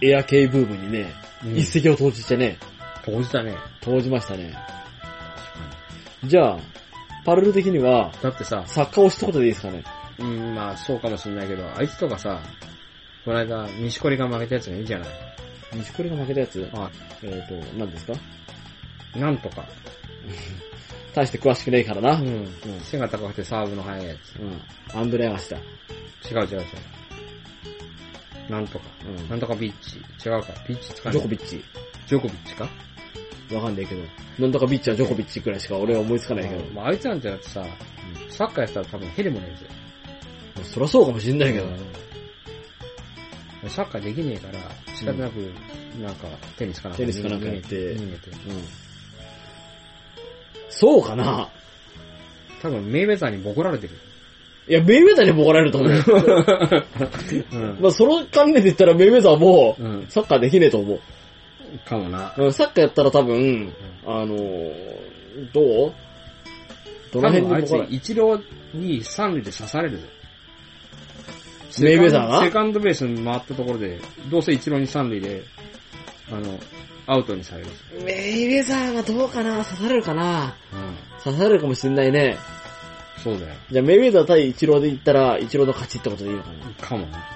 Speaker 2: エア系ブームにね、一石を投じてね、
Speaker 1: 投じたね。
Speaker 2: 投じましたね。じゃあ、パルル的には、
Speaker 1: だってさ、
Speaker 2: 作家を一言でいいですかね。
Speaker 1: うん、まあそうかもしんないけど、あいつとかさ、この間、西堀が負けたやつがいいじゃない
Speaker 2: 西堀が負けたやつ
Speaker 1: あ、
Speaker 2: えっ、ー、と、何ですか
Speaker 1: なんとか。
Speaker 2: 大して詳しくねえから
Speaker 1: う
Speaker 2: な。
Speaker 1: ん。背が高くてサーブの速いやつ。
Speaker 2: うん。アンドレアがした。
Speaker 1: 違う違う違う。なんとか。
Speaker 2: うん
Speaker 1: なんとかビッチ。違うか。ビッチ使う
Speaker 2: ジョコビ
Speaker 1: ッ
Speaker 2: ッチ。
Speaker 1: チ。ジョコビッチか
Speaker 2: わかんないけど。なんとかビッチはジョコビッチくらいしか俺は思いつかないけど。
Speaker 1: うんまあ、あいつなんてだってさ、サッカーやってたら多分ヘリもねえぜ。
Speaker 2: そりゃそうかもしんないけど。
Speaker 1: うんサッカーできねえから、仕方なく、なんか、テニスかなんか
Speaker 2: テニスかなんかやって
Speaker 1: 逃げて。
Speaker 2: うん。そうかな
Speaker 1: 多分、メイウェザーにボコら れてる。
Speaker 2: いや、メイウェザーにも怒られると思 う。
Speaker 1: うん。
Speaker 2: まあ、その観念で言ったらメイウェザーも、
Speaker 1: うん。
Speaker 2: サッカーできねえと思う。
Speaker 1: かもな。
Speaker 2: うん、サッカーやったら多分、あのー、どう
Speaker 1: 多
Speaker 2: どの辺
Speaker 1: 分、あ
Speaker 2: に
Speaker 1: い
Speaker 2: ボ
Speaker 1: つ
Speaker 2: コら、
Speaker 1: 一郎に三塁で刺されるぜ。
Speaker 2: メイウェザー
Speaker 1: セ
Speaker 2: が
Speaker 1: カンドベースに回ったところで、どうせ一郎に三塁で、あの、アウトにされる。
Speaker 2: メイウェザーはどうかな刺されるかな
Speaker 1: うん。
Speaker 2: 刺されるかもしんないね。
Speaker 1: そうだよ。
Speaker 2: じゃあ、メイウェザー対イチローで言ったら、イチローの勝ちってことでいいのかなうん。
Speaker 1: かもな。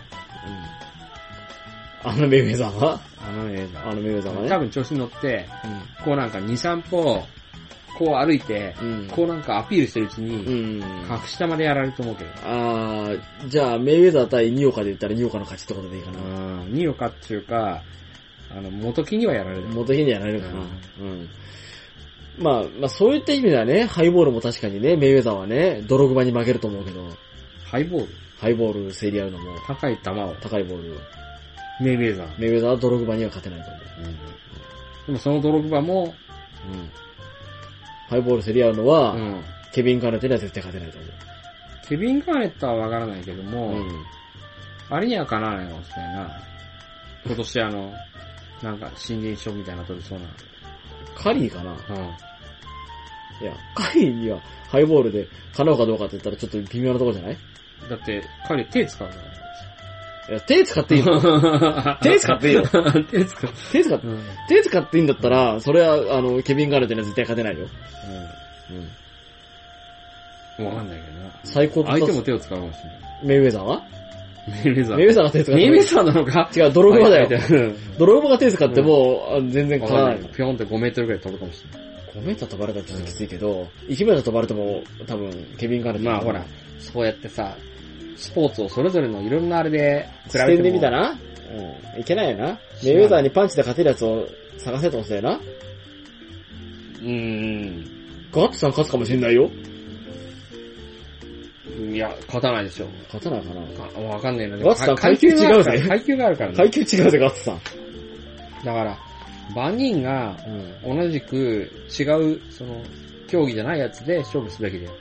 Speaker 2: あのメイウェザーが
Speaker 1: あのメイウェザ
Speaker 2: あのメイウェザー
Speaker 1: ー。
Speaker 2: が
Speaker 1: 多
Speaker 2: ね。
Speaker 1: 分調子に乗って、こうなんか2、3歩、こう歩いて、
Speaker 2: うん。うん。
Speaker 1: こうなんかアピールしてるうちに、
Speaker 2: うん。
Speaker 1: 格下までやられると思うけど。
Speaker 2: あー、じゃあ、メイウェザー対ニオカで言ったらニオカの勝ちってことでいいか
Speaker 1: う
Speaker 2: な。
Speaker 1: ん。二岡っていうか、あの、元木にはやられる。
Speaker 2: 元気にはなれるかな。うん。まあ、まあそういった意味ではね、ハイボールも確かにね、メイウェザーはね、泥熊に負けると思うけど、
Speaker 1: ハイボール。
Speaker 2: ハイボール競り合うのも、
Speaker 1: 高い球を。
Speaker 2: 高いボール、
Speaker 1: メイウェザー。
Speaker 2: メイウェザーは泥熊には勝てないと
Speaker 1: うんでもそのドログバも、
Speaker 2: 思う。うん。ハイボール競り合うのは、
Speaker 1: うん
Speaker 2: ケビン・カーネットには絶対勝てないと
Speaker 1: ケビン・カーネットはわからないけども、
Speaker 2: 思う。うん。
Speaker 1: あれにはかなわないかもしれないな。今年あの、なんか新人賞みたいなの取りそうな。
Speaker 2: カリーかな
Speaker 1: うん。
Speaker 2: いや、カリーにはハイボールで叶うかどうかって言ったらちょっと微妙なとこじゃない
Speaker 1: だって、彼手使うからね。
Speaker 2: いや、手使ってい いの手使っていいよ。
Speaker 1: 手使う。
Speaker 2: 手使って、
Speaker 1: うん。
Speaker 2: 手使っていいんだったら、それは、あの、ケビン・カーネットには絶対勝てないよ。うん。
Speaker 1: うん。わかんないけどな。
Speaker 2: 最高
Speaker 1: 相手も手を使うかもしれない。
Speaker 2: メイウェザーは
Speaker 1: メイウェザー。
Speaker 2: メイウェザーが手使って
Speaker 1: メイウェザーなのか
Speaker 2: 違う、ドログバだよ。
Speaker 1: よ。
Speaker 2: ドログバが手使っても、あ全然
Speaker 1: わ
Speaker 2: 変
Speaker 1: かん
Speaker 2: わ
Speaker 1: な
Speaker 2: ら
Speaker 1: い
Speaker 2: ない。
Speaker 1: ピョンって5メートルぐらい飛ぶかもしれない。
Speaker 2: 5メートル飛ばれたらちょっときついけど、1メートル飛ばれても、多分、ケビン・カーネット
Speaker 1: まあほら、そうやってさ、スポーツをそれぞれのいろんなあれで比
Speaker 2: 視
Speaker 1: べて
Speaker 2: 点
Speaker 1: も
Speaker 2: で見たなうん。いけないよな。メイウェザーにパンチで勝てるやつを探せと思ってたよな。
Speaker 1: うー
Speaker 2: ガッツさん勝つかもしれないよ。
Speaker 1: ん。いや、勝たないでしょ。
Speaker 2: 勝たないかな。
Speaker 1: かわかんないな。
Speaker 2: ガッツさん
Speaker 1: か
Speaker 2: 階級違うぜ
Speaker 1: 階級があるからね。
Speaker 2: 階級違うぜ、ガッツさん。
Speaker 1: だから、万人が
Speaker 2: うん。
Speaker 1: 同じく違う、その、競技じゃないやつで勝負すべきだよ。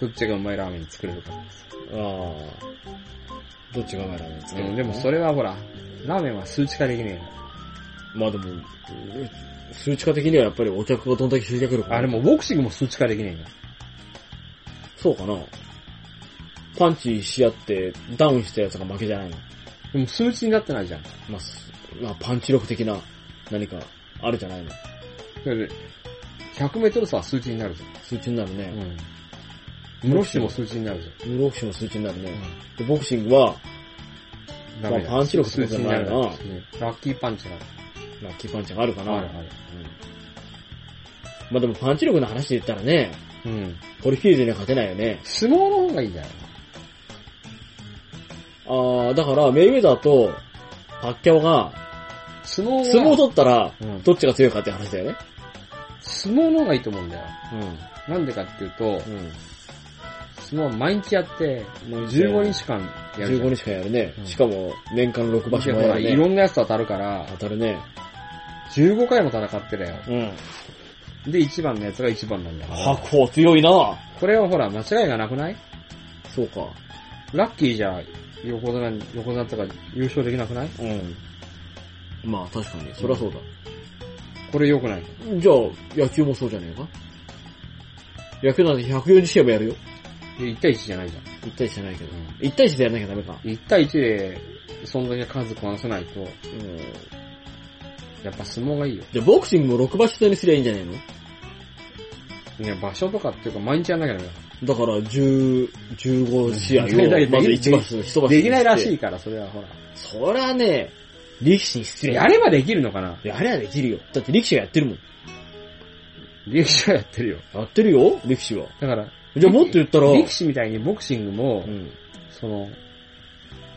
Speaker 1: どっちがうまいラーメン作れるか。
Speaker 2: ああ。どっちが前だね、つ
Speaker 1: うん、でもそれはほら、ラーメンは数値化できねえよ。
Speaker 2: まあでも、数値化的にはやっぱりお客がどんだけ集客力が
Speaker 1: あ、でもボクシングも数値化できねえよ。
Speaker 2: そうかなパンチし合って、ダウンしたやつが負けじゃないの。
Speaker 1: でも数値になってないじゃん。
Speaker 2: まあ、すまあ、パンチ力的な何かあるじゃないの。
Speaker 1: それで、100メートル差は数値になるじゃん。
Speaker 2: 数値になるね。
Speaker 1: うん。室伏も数値になるじ
Speaker 2: ムロフシも数値にな
Speaker 1: ゃ
Speaker 2: る
Speaker 1: ん
Speaker 2: ね。。で、ボクシングは、
Speaker 1: ダメだ
Speaker 2: まあパンチ力
Speaker 1: 数
Speaker 2: 数
Speaker 1: 値
Speaker 2: 値
Speaker 1: に
Speaker 2: に
Speaker 1: な
Speaker 2: な
Speaker 1: る
Speaker 2: る
Speaker 1: な。
Speaker 2: な
Speaker 1: ラッキーパンチが
Speaker 2: ラッキーパンチがあるかな。
Speaker 1: あるある。
Speaker 2: うんまあでもパンチ力の話で言ったらね、
Speaker 1: うん。
Speaker 2: ポリフィールドには勝てないよね。
Speaker 1: 相撲の方がいいんじゃない
Speaker 2: あー、だから、メイウェザーと、パッキャオが、
Speaker 1: 相撲は
Speaker 2: 相撲取ったら
Speaker 1: うん、
Speaker 2: どっちが強いかって話だよね。
Speaker 1: 相撲の方がいいと思うんだよ。なんでかっていうと、
Speaker 2: うん。うん。
Speaker 1: 相撲は毎日やって、
Speaker 2: もう
Speaker 1: 15日間やるじゃん。
Speaker 2: 15日間やるね
Speaker 1: う。ん
Speaker 2: しかも、年間6場所
Speaker 1: で
Speaker 2: も
Speaker 1: ほ
Speaker 2: や
Speaker 1: ら、い
Speaker 2: るね。
Speaker 1: ろんなやつと当たるから
Speaker 2: 当、たるね。
Speaker 1: 15回も戦ってたよ。
Speaker 2: うん。
Speaker 1: で、1番のやつが1番なんだから。
Speaker 2: 白鵬強いな
Speaker 1: これはほら、間違いがなくない
Speaker 2: そうか。
Speaker 1: ラッキーじゃ、横綱に、横綱とか優勝できなくない
Speaker 2: うん。まあ確かに、そりゃそうだ。
Speaker 1: これ良くない
Speaker 2: じゃあ、野球もそうじゃねえか野球なんて140試合もやるよ。
Speaker 1: で1対1じゃないじゃん。
Speaker 2: 1対1じゃないけど
Speaker 1: うん。
Speaker 2: 1対1でやらなきゃダメか。
Speaker 1: 1対1で、そんだけ数こなさないと、
Speaker 2: うん。
Speaker 1: やっぱ相撲がいいよ。
Speaker 2: じゃあ、ボクシングも6場所制にすりゃいいんじゃねえの
Speaker 1: ね、場所とかっていうか毎日やんなきゃダメ
Speaker 2: だから、10、15試合を、まず
Speaker 1: うん
Speaker 2: 1場所、1場所
Speaker 1: だ。
Speaker 2: に
Speaker 1: できないらし
Speaker 2: して。
Speaker 1: いから、それはほら。
Speaker 2: そりゃね、力士に失礼。
Speaker 1: やればできるのかな
Speaker 2: やればできるよ。だって力士がやってるもん。
Speaker 1: 歴史はやってるよ。
Speaker 2: やってるよ力士は。
Speaker 1: だから、
Speaker 2: じゃあもっと言ったら、
Speaker 1: 力士みたいにボクシングも、
Speaker 2: うん。
Speaker 1: その、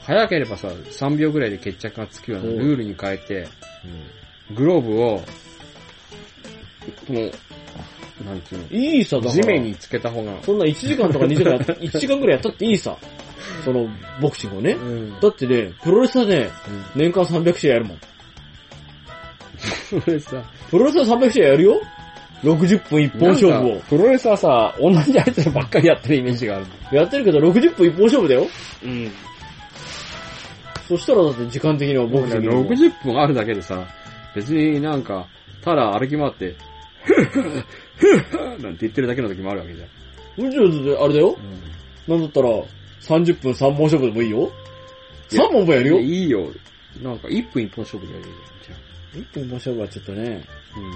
Speaker 1: 早ければさ、3秒ぐらいで決着がつくような
Speaker 2: うん
Speaker 1: ルールに変えて、グローブを、この、なんていう
Speaker 2: いいさ、だ
Speaker 1: の、
Speaker 2: から。
Speaker 1: 地面につけた方が、
Speaker 2: そんな1時間とか2時間や っ、1時間ぐらいやったっていいさ。その、ボクシングをね
Speaker 1: う。ん。
Speaker 2: だってね、プロレスはね、年間300試合やるもん。
Speaker 1: プロレスは、
Speaker 2: プロレスは300試合やるよ ?60 分1本勝負
Speaker 1: なん
Speaker 2: を
Speaker 1: か。プロレスはさ、同じ相手ばっかりやってるイメージがある。
Speaker 2: やってるけど、60分1本勝負だよ。
Speaker 1: うん。
Speaker 2: そしたらだって時間的にはボ
Speaker 1: 僕
Speaker 2: ク
Speaker 1: ね、
Speaker 2: シングにも。
Speaker 1: 60分あるだけでさ、別になんか、ただ歩き回って、ふぅふぅふぅふぅなんて言ってるだけの時もあるわけじゃん。
Speaker 2: 60で、あれだよ。なんだったら、30分3本勝負でもいいよ。
Speaker 1: いや
Speaker 2: 3本もやる
Speaker 1: い
Speaker 2: よ。
Speaker 1: やいいよ。なんか、1分1本勝負でやるよ。じゃ
Speaker 2: 1本も勝負はちょっとね、
Speaker 1: あうん。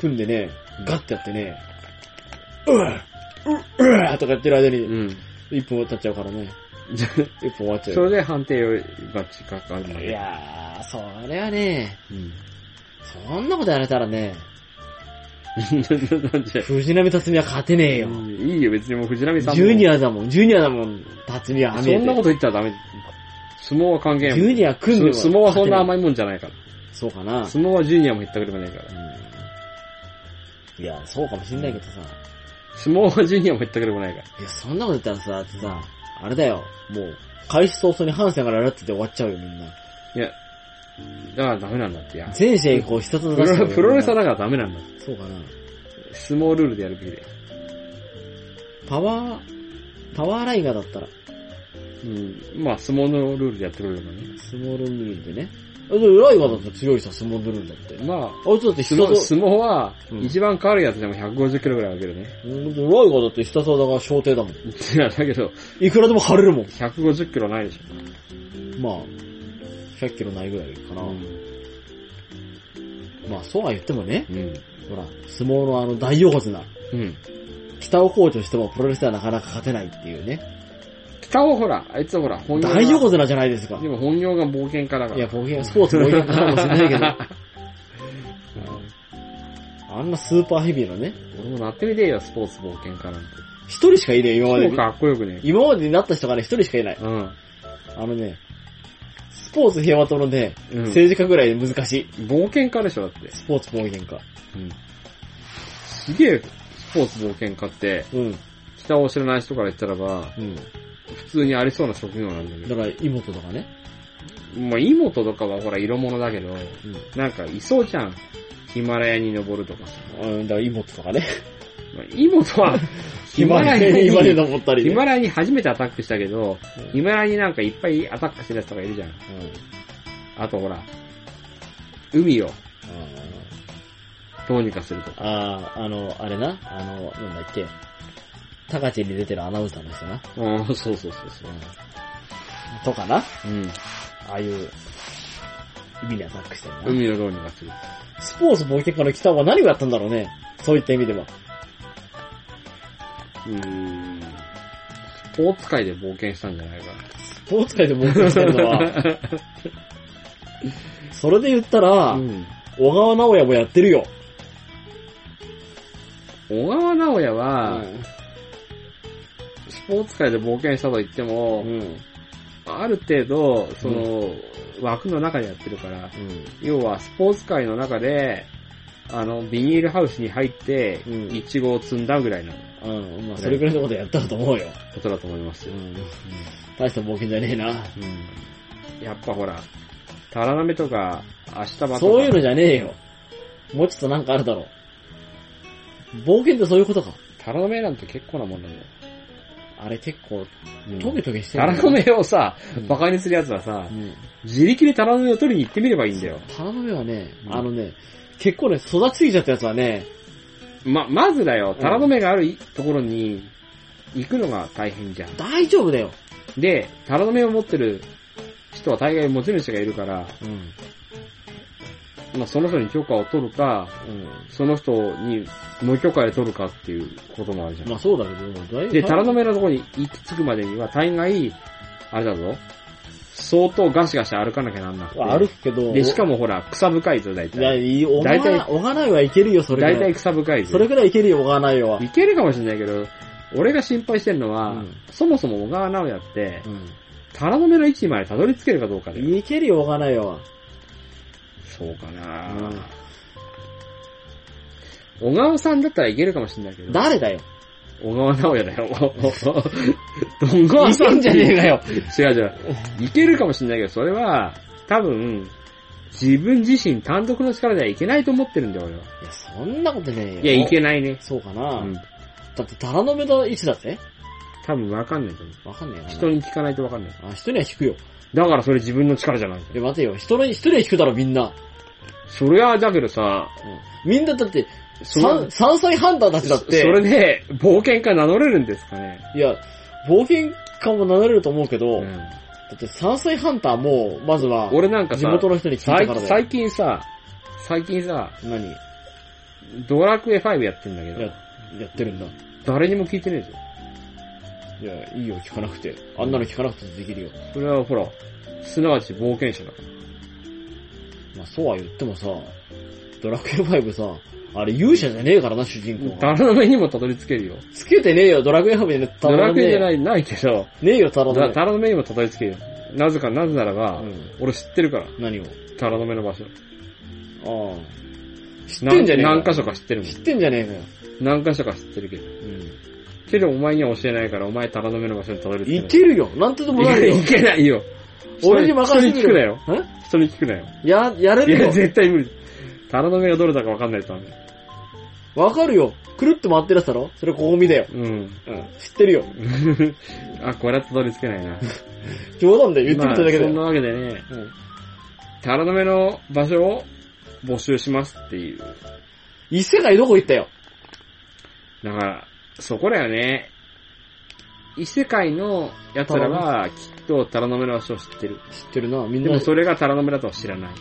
Speaker 2: 組んでね、ガッてやってね、うわううわとかやってる間に、
Speaker 1: うん。
Speaker 2: 1分経っちゃうからね。
Speaker 1: じゃ
Speaker 2: 1分終わっ
Speaker 1: あ
Speaker 2: ちゃ う
Speaker 1: そ
Speaker 2: よ。
Speaker 1: れで判定が近くあるんだ
Speaker 2: いやー、それはね、
Speaker 1: うん。
Speaker 2: そんなことやられたらね、
Speaker 1: なんで
Speaker 2: 藤波辰巳は勝てねえよ。
Speaker 1: いいよ、別にもう藤波さんも。
Speaker 2: ジュニアだもん、ジュニアだもん、辰巳は甘えて
Speaker 1: そんなこと言ったらダメ。相撲は関係
Speaker 2: ジ
Speaker 1: ないもん。
Speaker 2: ュニア組んでも
Speaker 1: 相撲はそんな
Speaker 2: ま
Speaker 1: 甘いもんじゃないから。
Speaker 2: そうかな。
Speaker 1: 相撲はジュニアもひったくれもないから。
Speaker 2: いや、そうかもしんないけどさ。
Speaker 1: 相撲はジュニアもひったくれもないから。
Speaker 2: いや、そんなこと言ったらさ、だってさ、あれだよ、もう、開始早々にハンセンから洗ってて終わっちゃうよ、みんな。
Speaker 1: いや、だからダメなんだって、いや。
Speaker 2: 全試合こう、一
Speaker 1: プ
Speaker 2: つずつ出しちゃう
Speaker 1: ロ
Speaker 2: よ
Speaker 1: プロレスは
Speaker 2: みん
Speaker 1: だからダメなんだって。
Speaker 2: なそうかな。
Speaker 1: 相撲ルールでやるべきで。
Speaker 2: パワー、パワーライガーだったら、
Speaker 1: うん。まあ、相撲のルールでやってくれるのね。
Speaker 2: スモールルールでね。あでもライガーだったら強いさ、スモールルールだって。
Speaker 1: まあ、
Speaker 2: あいつだって必
Speaker 1: 相撲
Speaker 2: 殺、
Speaker 1: 相撲は
Speaker 2: う、ん
Speaker 1: 一番軽いやつでも150キロぐらいあげるね。
Speaker 2: うんライガーだって必殺技が小艇だもん。
Speaker 1: いや、だけど、
Speaker 2: いくらでも張れるもん。
Speaker 1: 150キロないでし
Speaker 2: まあ、100キロないぐらいか
Speaker 1: ょ。
Speaker 2: な。まあ、そうは言ってもね、
Speaker 1: うん。
Speaker 2: ほら、相撲のあの大横綱、
Speaker 1: うん。
Speaker 2: 北を校長してもプロレスではなかなか勝てないっていうね。
Speaker 1: 北尾ほら、あいつはほら、本業が。
Speaker 2: 大横綱じゃないですか
Speaker 1: で。も本業が冒険家だから。
Speaker 2: いや、冒険、スポーツ冒険かもしれない けど、あんなスーパーヘビーのね、
Speaker 1: 俺もなってみてえよ、スポーツ冒険家なんて。
Speaker 2: 一人しかいねえ、今まで
Speaker 1: 超
Speaker 2: に。
Speaker 1: かっこよくね。
Speaker 2: 今までになった人がね、一人しかいない。
Speaker 1: うん。
Speaker 2: あのね、スポーツ平和党のね、
Speaker 1: うん
Speaker 2: 政治家ぐらいで難しい。
Speaker 1: 冒険家でしょ、だって。
Speaker 2: スポーツ冒険家。
Speaker 1: うん。すげえ、スポーツ冒険家って、
Speaker 2: うん。
Speaker 1: 北を知らない人から言ったらば、
Speaker 2: うん。
Speaker 1: 普通にありそうな職業なんだけ
Speaker 2: だ
Speaker 1: ど。
Speaker 2: から、妹とかね。
Speaker 1: まあ、妹とかはほら、色物だけど、
Speaker 2: うん。
Speaker 1: なんか、いそうじゃん。ヒマラヤに登るとかさ。
Speaker 2: うん、だから妹と かね。
Speaker 1: まあ、妹 は、ヒ
Speaker 2: ヒマ
Speaker 1: マラ
Speaker 2: ラ
Speaker 1: ヤ
Speaker 2: ヤに今で
Speaker 1: に、
Speaker 2: 登ったり、
Speaker 1: ヒ
Speaker 2: ね。
Speaker 1: マラヤに初めてアタックしたけど、
Speaker 2: うん
Speaker 1: ヒマラヤになんかいっぱいアタックしてるやつとかいるじゃん。
Speaker 2: うん
Speaker 1: あとほら、海をどうにかするとか。
Speaker 2: あー、あの、あれな、あの、なんだっけ、高知に出てるアナウンサーの人な。
Speaker 1: うん、そうそうそうそう。
Speaker 2: とかな、
Speaker 1: うん。
Speaker 2: ああいう、海にアタックしてるな。
Speaker 1: 海をどうにかする。
Speaker 2: スポーツ冒険家の北は何をやったんだろうね。そういった意味では。
Speaker 1: うーん。スポーツ界で冒険したんじゃないか
Speaker 2: スポーツ界で冒険してるの は、それで言ったら、
Speaker 1: な。うん。
Speaker 2: 小川直也もやってるよ。
Speaker 1: 小川直也は、
Speaker 2: う
Speaker 1: スポーツ界で冒険したと言っても、
Speaker 2: ん。
Speaker 1: ある程度、その、枠の中でやってるから、要はスポーツ界の中で、あの、ビニールハウスに入って
Speaker 2: う、ん
Speaker 1: イチゴを積んだぐらいの
Speaker 2: うん。うん。まあ、それぐらいのことやったと思うよ。
Speaker 1: ことだと思います
Speaker 2: う
Speaker 1: よ。
Speaker 2: ん。大した冒険じゃねえな。
Speaker 1: うん。やっぱほら、タラナメとか、明日場とか。
Speaker 2: そういうのじゃねえよ。もうちょっとなんかあるだろう。冒険ってそういうことか。
Speaker 1: タラナメなんて結構なもんなんだよ。
Speaker 2: あれ結構、
Speaker 1: うん
Speaker 2: トゲトゲして
Speaker 1: タ
Speaker 2: る
Speaker 1: ラ
Speaker 2: んだ
Speaker 1: ナ
Speaker 2: よ。
Speaker 1: メをさ
Speaker 2: う、ん
Speaker 1: 馬鹿にする奴はさ
Speaker 2: う、ん。
Speaker 1: 自力でタラナメを取りに行ってみればいいんだよ。
Speaker 2: タラの芽はね、
Speaker 1: うん
Speaker 2: あのね、結構ね、育ちすぎちゃったやつはね、
Speaker 1: ま、まずだよ、
Speaker 2: うん
Speaker 1: タラナメがあるところに行くのが大変じゃん。
Speaker 2: 大丈夫だよ。
Speaker 1: で、タラナメを持ってる人は大概持ち主がいるから、
Speaker 2: うん。
Speaker 1: まあ、その人に許可を取るか、
Speaker 2: うん。
Speaker 1: その人に無許可で取るかっていうこともあるじゃん。
Speaker 2: まあそうだけど、だいぶ。
Speaker 1: で、タラの目のところに行き着くまでには、大概、あれだぞ、相当ガシガシ歩かなきゃなんなくて。
Speaker 2: 歩くけど、
Speaker 1: で、しかもほら、草深いぞ、大
Speaker 2: いや、
Speaker 1: 体。
Speaker 2: いい、おが
Speaker 1: 大体
Speaker 2: ない、おがないはいけるよ、それ
Speaker 1: 大
Speaker 2: ぐら
Speaker 1: 体
Speaker 2: い。
Speaker 1: 草深いぞ。
Speaker 2: それぐらいいけるよ、おがないは。
Speaker 1: いけるかもしれないけど、俺が心配してるのは、
Speaker 2: うん
Speaker 1: そもそも小川直也って、タラの目の位置までたどり着けるかどうかで。
Speaker 2: いけるよ、おがないは。
Speaker 1: そうかな、小川さんだったらいけるかもしれないけど。
Speaker 2: 誰だよ。
Speaker 1: 小川直也だ よ。小川
Speaker 2: い
Speaker 1: さ
Speaker 2: け
Speaker 1: ん
Speaker 2: んじゃねえかよ。
Speaker 1: 違う違う。いけるかもしれないけど、それは、多分、自分自身単独の力ではいけないと思ってるんだよ、俺は。
Speaker 2: いや、そんなことね
Speaker 1: い
Speaker 2: えよ。
Speaker 1: や、いけないね。
Speaker 2: そうか
Speaker 1: う
Speaker 2: な。
Speaker 1: ん。
Speaker 2: だって、タラの目の位置だぜ。
Speaker 1: 多分わかんないと思う。
Speaker 2: わかんねえよな。
Speaker 1: 人に聞かないとわかんない。
Speaker 2: あ、人には引くよ。
Speaker 1: だからそれ自分の力じゃない。
Speaker 2: え、待てよ。人に、人には引くだろ、みんな。
Speaker 1: それは、だけどさ、
Speaker 2: みんなだって、
Speaker 1: その
Speaker 2: 三三歳ハンターたちだっ
Speaker 1: そ
Speaker 2: て。
Speaker 1: れで、冒険家名乗れるんですかね。
Speaker 2: いや、冒険家も名乗れると思うけど、
Speaker 1: う
Speaker 2: だ
Speaker 1: ん
Speaker 2: って山菜ハンターも、まずは、
Speaker 1: 俺なんか
Speaker 2: 地
Speaker 1: さ、
Speaker 2: 元の人に聞いたから
Speaker 1: 最
Speaker 2: だよ。
Speaker 1: 最近さ、最近さ、
Speaker 2: 何
Speaker 1: ドラクエ5やってんだけ
Speaker 2: や
Speaker 1: ど、、
Speaker 2: やってるんだ。
Speaker 1: 誰にも聞いてねえぞ。
Speaker 2: いや、いいよ、聞かなくて。あんなの聞かなくてできるよ。
Speaker 1: それはほら、すなわち冒険者だから。
Speaker 2: まあ、そうは言ってもさ、ドラクエ5さ、あれ勇者じゃねえからな、主人公が。
Speaker 1: 誰の目にもたどり着けるよ。
Speaker 2: つけてねえよ、ドラクエ5にね、。
Speaker 1: ドラクエじゃないい、ないけど、
Speaker 2: ねえよ、タラの
Speaker 1: だ
Speaker 2: 目。
Speaker 1: タラの目にもたどり着けるよ。なぜか、なぜならば、
Speaker 2: うん。
Speaker 1: 俺知ってるから、
Speaker 2: 何を
Speaker 1: タラの目の場所。
Speaker 2: ああ。知
Speaker 1: 知
Speaker 2: ってんじゃねえかよ
Speaker 1: 何箇所か知ってるもん
Speaker 2: 知。ってんじゃねえかよ。
Speaker 1: 何箇所か知ってるけど。
Speaker 2: う
Speaker 1: けどお前には教えないから、お前タラの目の場所にたどり
Speaker 2: ん。
Speaker 1: 着
Speaker 2: いけるよ、なんとでもなるよ。
Speaker 1: いけないよ。
Speaker 2: 俺に任せ
Speaker 1: 人
Speaker 2: て
Speaker 1: に聞くなよ。
Speaker 2: え
Speaker 1: 人に聞くなよ。
Speaker 2: や、やれ
Speaker 1: い
Speaker 2: る
Speaker 1: や、
Speaker 2: よ。
Speaker 1: 絶対無理。タラの目がどれだか分かんないとダメ。
Speaker 2: わかるよ。くるっと回ってるやつだろそれここ見だよ。
Speaker 1: うん。
Speaker 2: うん。知ってるよ。
Speaker 1: あ、これはたどり着けないな。
Speaker 2: 冗談で言ってみただけだ
Speaker 1: まあそんな
Speaker 2: よ。
Speaker 1: わけでね、
Speaker 2: うん
Speaker 1: タラの目の場所を募集しますっていう。
Speaker 2: 異世界どこ行ったよ。
Speaker 1: だから、そこだよね。異世界の奴らはきっとタラの目の場所を知ってる。
Speaker 2: 知ってるな、みん
Speaker 1: で
Speaker 2: な。
Speaker 1: もそれがタラの目だとは知らない。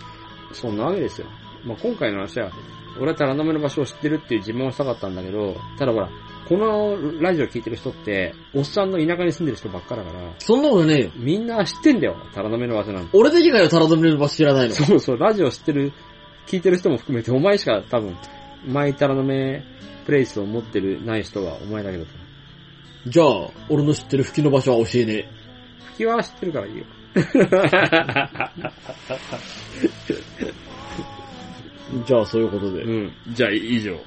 Speaker 1: そんなわけですよ。まあ、今回の話は、俺はタラの目の場所を知ってるっていう自慢をしたかったんだけど、ただほら、このラジオ聞いてる人って、おっさんの田舎に住んでる人ばっかだから、
Speaker 2: そんなことねえよ。
Speaker 1: みんな知ってんだよ、タラの目の場所なんて。
Speaker 2: 俺だけがよ、タラドミの場所知らないの。
Speaker 1: そうそう、ラジオ知ってる、聞いてる人も含めて、お前しか多分、マイタラの目プレイスを持ってる、ない人はお前だけだと思う。
Speaker 2: じゃあ、俺の知ってる吹きの場所は教えねえ。
Speaker 1: 吹きは知ってるからいいよ。
Speaker 2: じゃあ、そういうこと で。
Speaker 1: うん。じゃあ、以上。